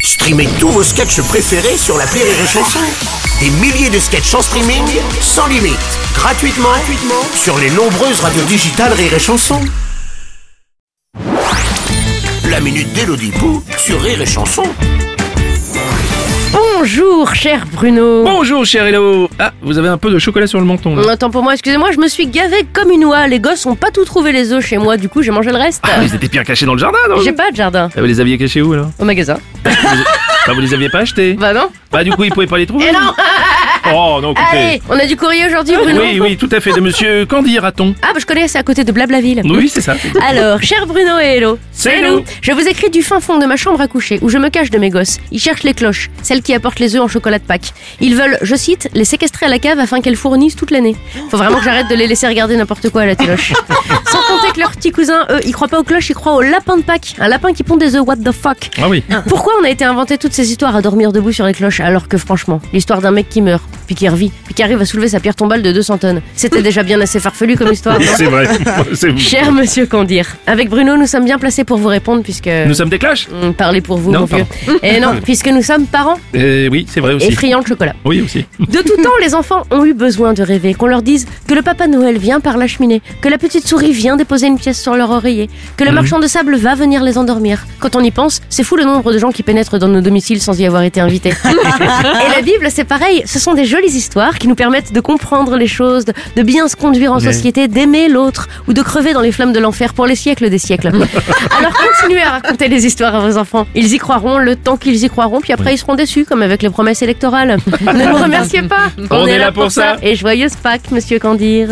Streamez tous vos sketchs préférés sur la Rire et Chanson. Des milliers de sketchs en streaming, sans limite, gratuitement, gratuitement sur les nombreuses radios digitales Rire et Chanson. La minute d'Elodie Pou sur Rire et Chanson. Bonjour, cher Bruno. Bonjour cher Hello Ah, vous avez un peu de chocolat sur le menton là. Attends pour moi, excusez-moi, je me suis gavée comme une oie. Les gosses ont pas tout trouvé les œufs chez moi, du coup j'ai mangé le reste. Ah, ils étaient bien cachés dans le jardin, non J'ai pas de jardin. Ah, Vous les aviez cachés où alors Au magasin. Bah, vous les aviez pas achetés Bah non. Bah, du coup, ils pouvaient pas les trouver Et Eh non Oh non, Allez, écoutez on a du courrier aujourd'hui, Bruno. Oui, oui, tout à fait, de monsieur Candy Raton. Ah, bah je connais, c'est à côté de Blablaville. Oui, c'est ça. Alors, cher Bruno et Hello. C'est nous. Je vous écris du fin fond de ma chambre à coucher, où je me cache de mes gosses. Ils cherchent les cloches, celles qui apportent les œufs en chocolat de Pâques. Ils veulent, je cite, les séquestrer à la cave afin qu'elles fournissent toute l'année. Faut vraiment que j'arrête de les laisser regarder n'importe quoi à la téloche. Sans compter que leurs petits cousins, eux, ils croient pas aux cloches, ils croient au lapin de Pâques. Un lapin qui pond des œufs, what the fuck. Ah oui. Pourquoi on a été inventé toutes ces histoires à dormir debout sur les cloches alors que franchement, l'histoire d'un mec qui meurt, puis qui revit, puis qui arrive à soulever sa pierre tombale de 200 tonnes, c'était déjà bien assez farfelu comme histoire. non C'est vrai. C'est- Cher monsieur Candir, avec Bruno, nous sommes bien placés pour vous répondre puisque. Nous sommes des clashs Hum, Parler pour vous, Non, mon vieux. Et non, puisque nous sommes parents Euh, Oui, c'est vrai et aussi. friands de chocolat. Oui, aussi. De tout temps, les enfants ont eu besoin de rêver, qu'on leur dise que le papa Noël vient par la cheminée, que la petite souris vient déposer une pièce sur leur oreiller, que Mhm. le marchand de sable va venir les endormir. Quand on y pense, c'est fou le nombre de gens qui pénètrent dans nos domiciles sans y avoir été invités. Et la Bible, c'est pareil, ce sont des jolies histoires qui nous permettent de comprendre les choses, de, de bien se conduire en Ouais. société, d'aimer l'autre ou de crever dans les flammes de l'enfer pour les siècles des siècles. Alors continuez à raconter les histoires à vos enfants. Ils y croiront le temps qu'ils y croiront, puis après ils seront déçus, comme avec les promesses électorales. ne nous remerciez pas. On est là pour ça. Et joyeuse Pâques, monsieur Candir.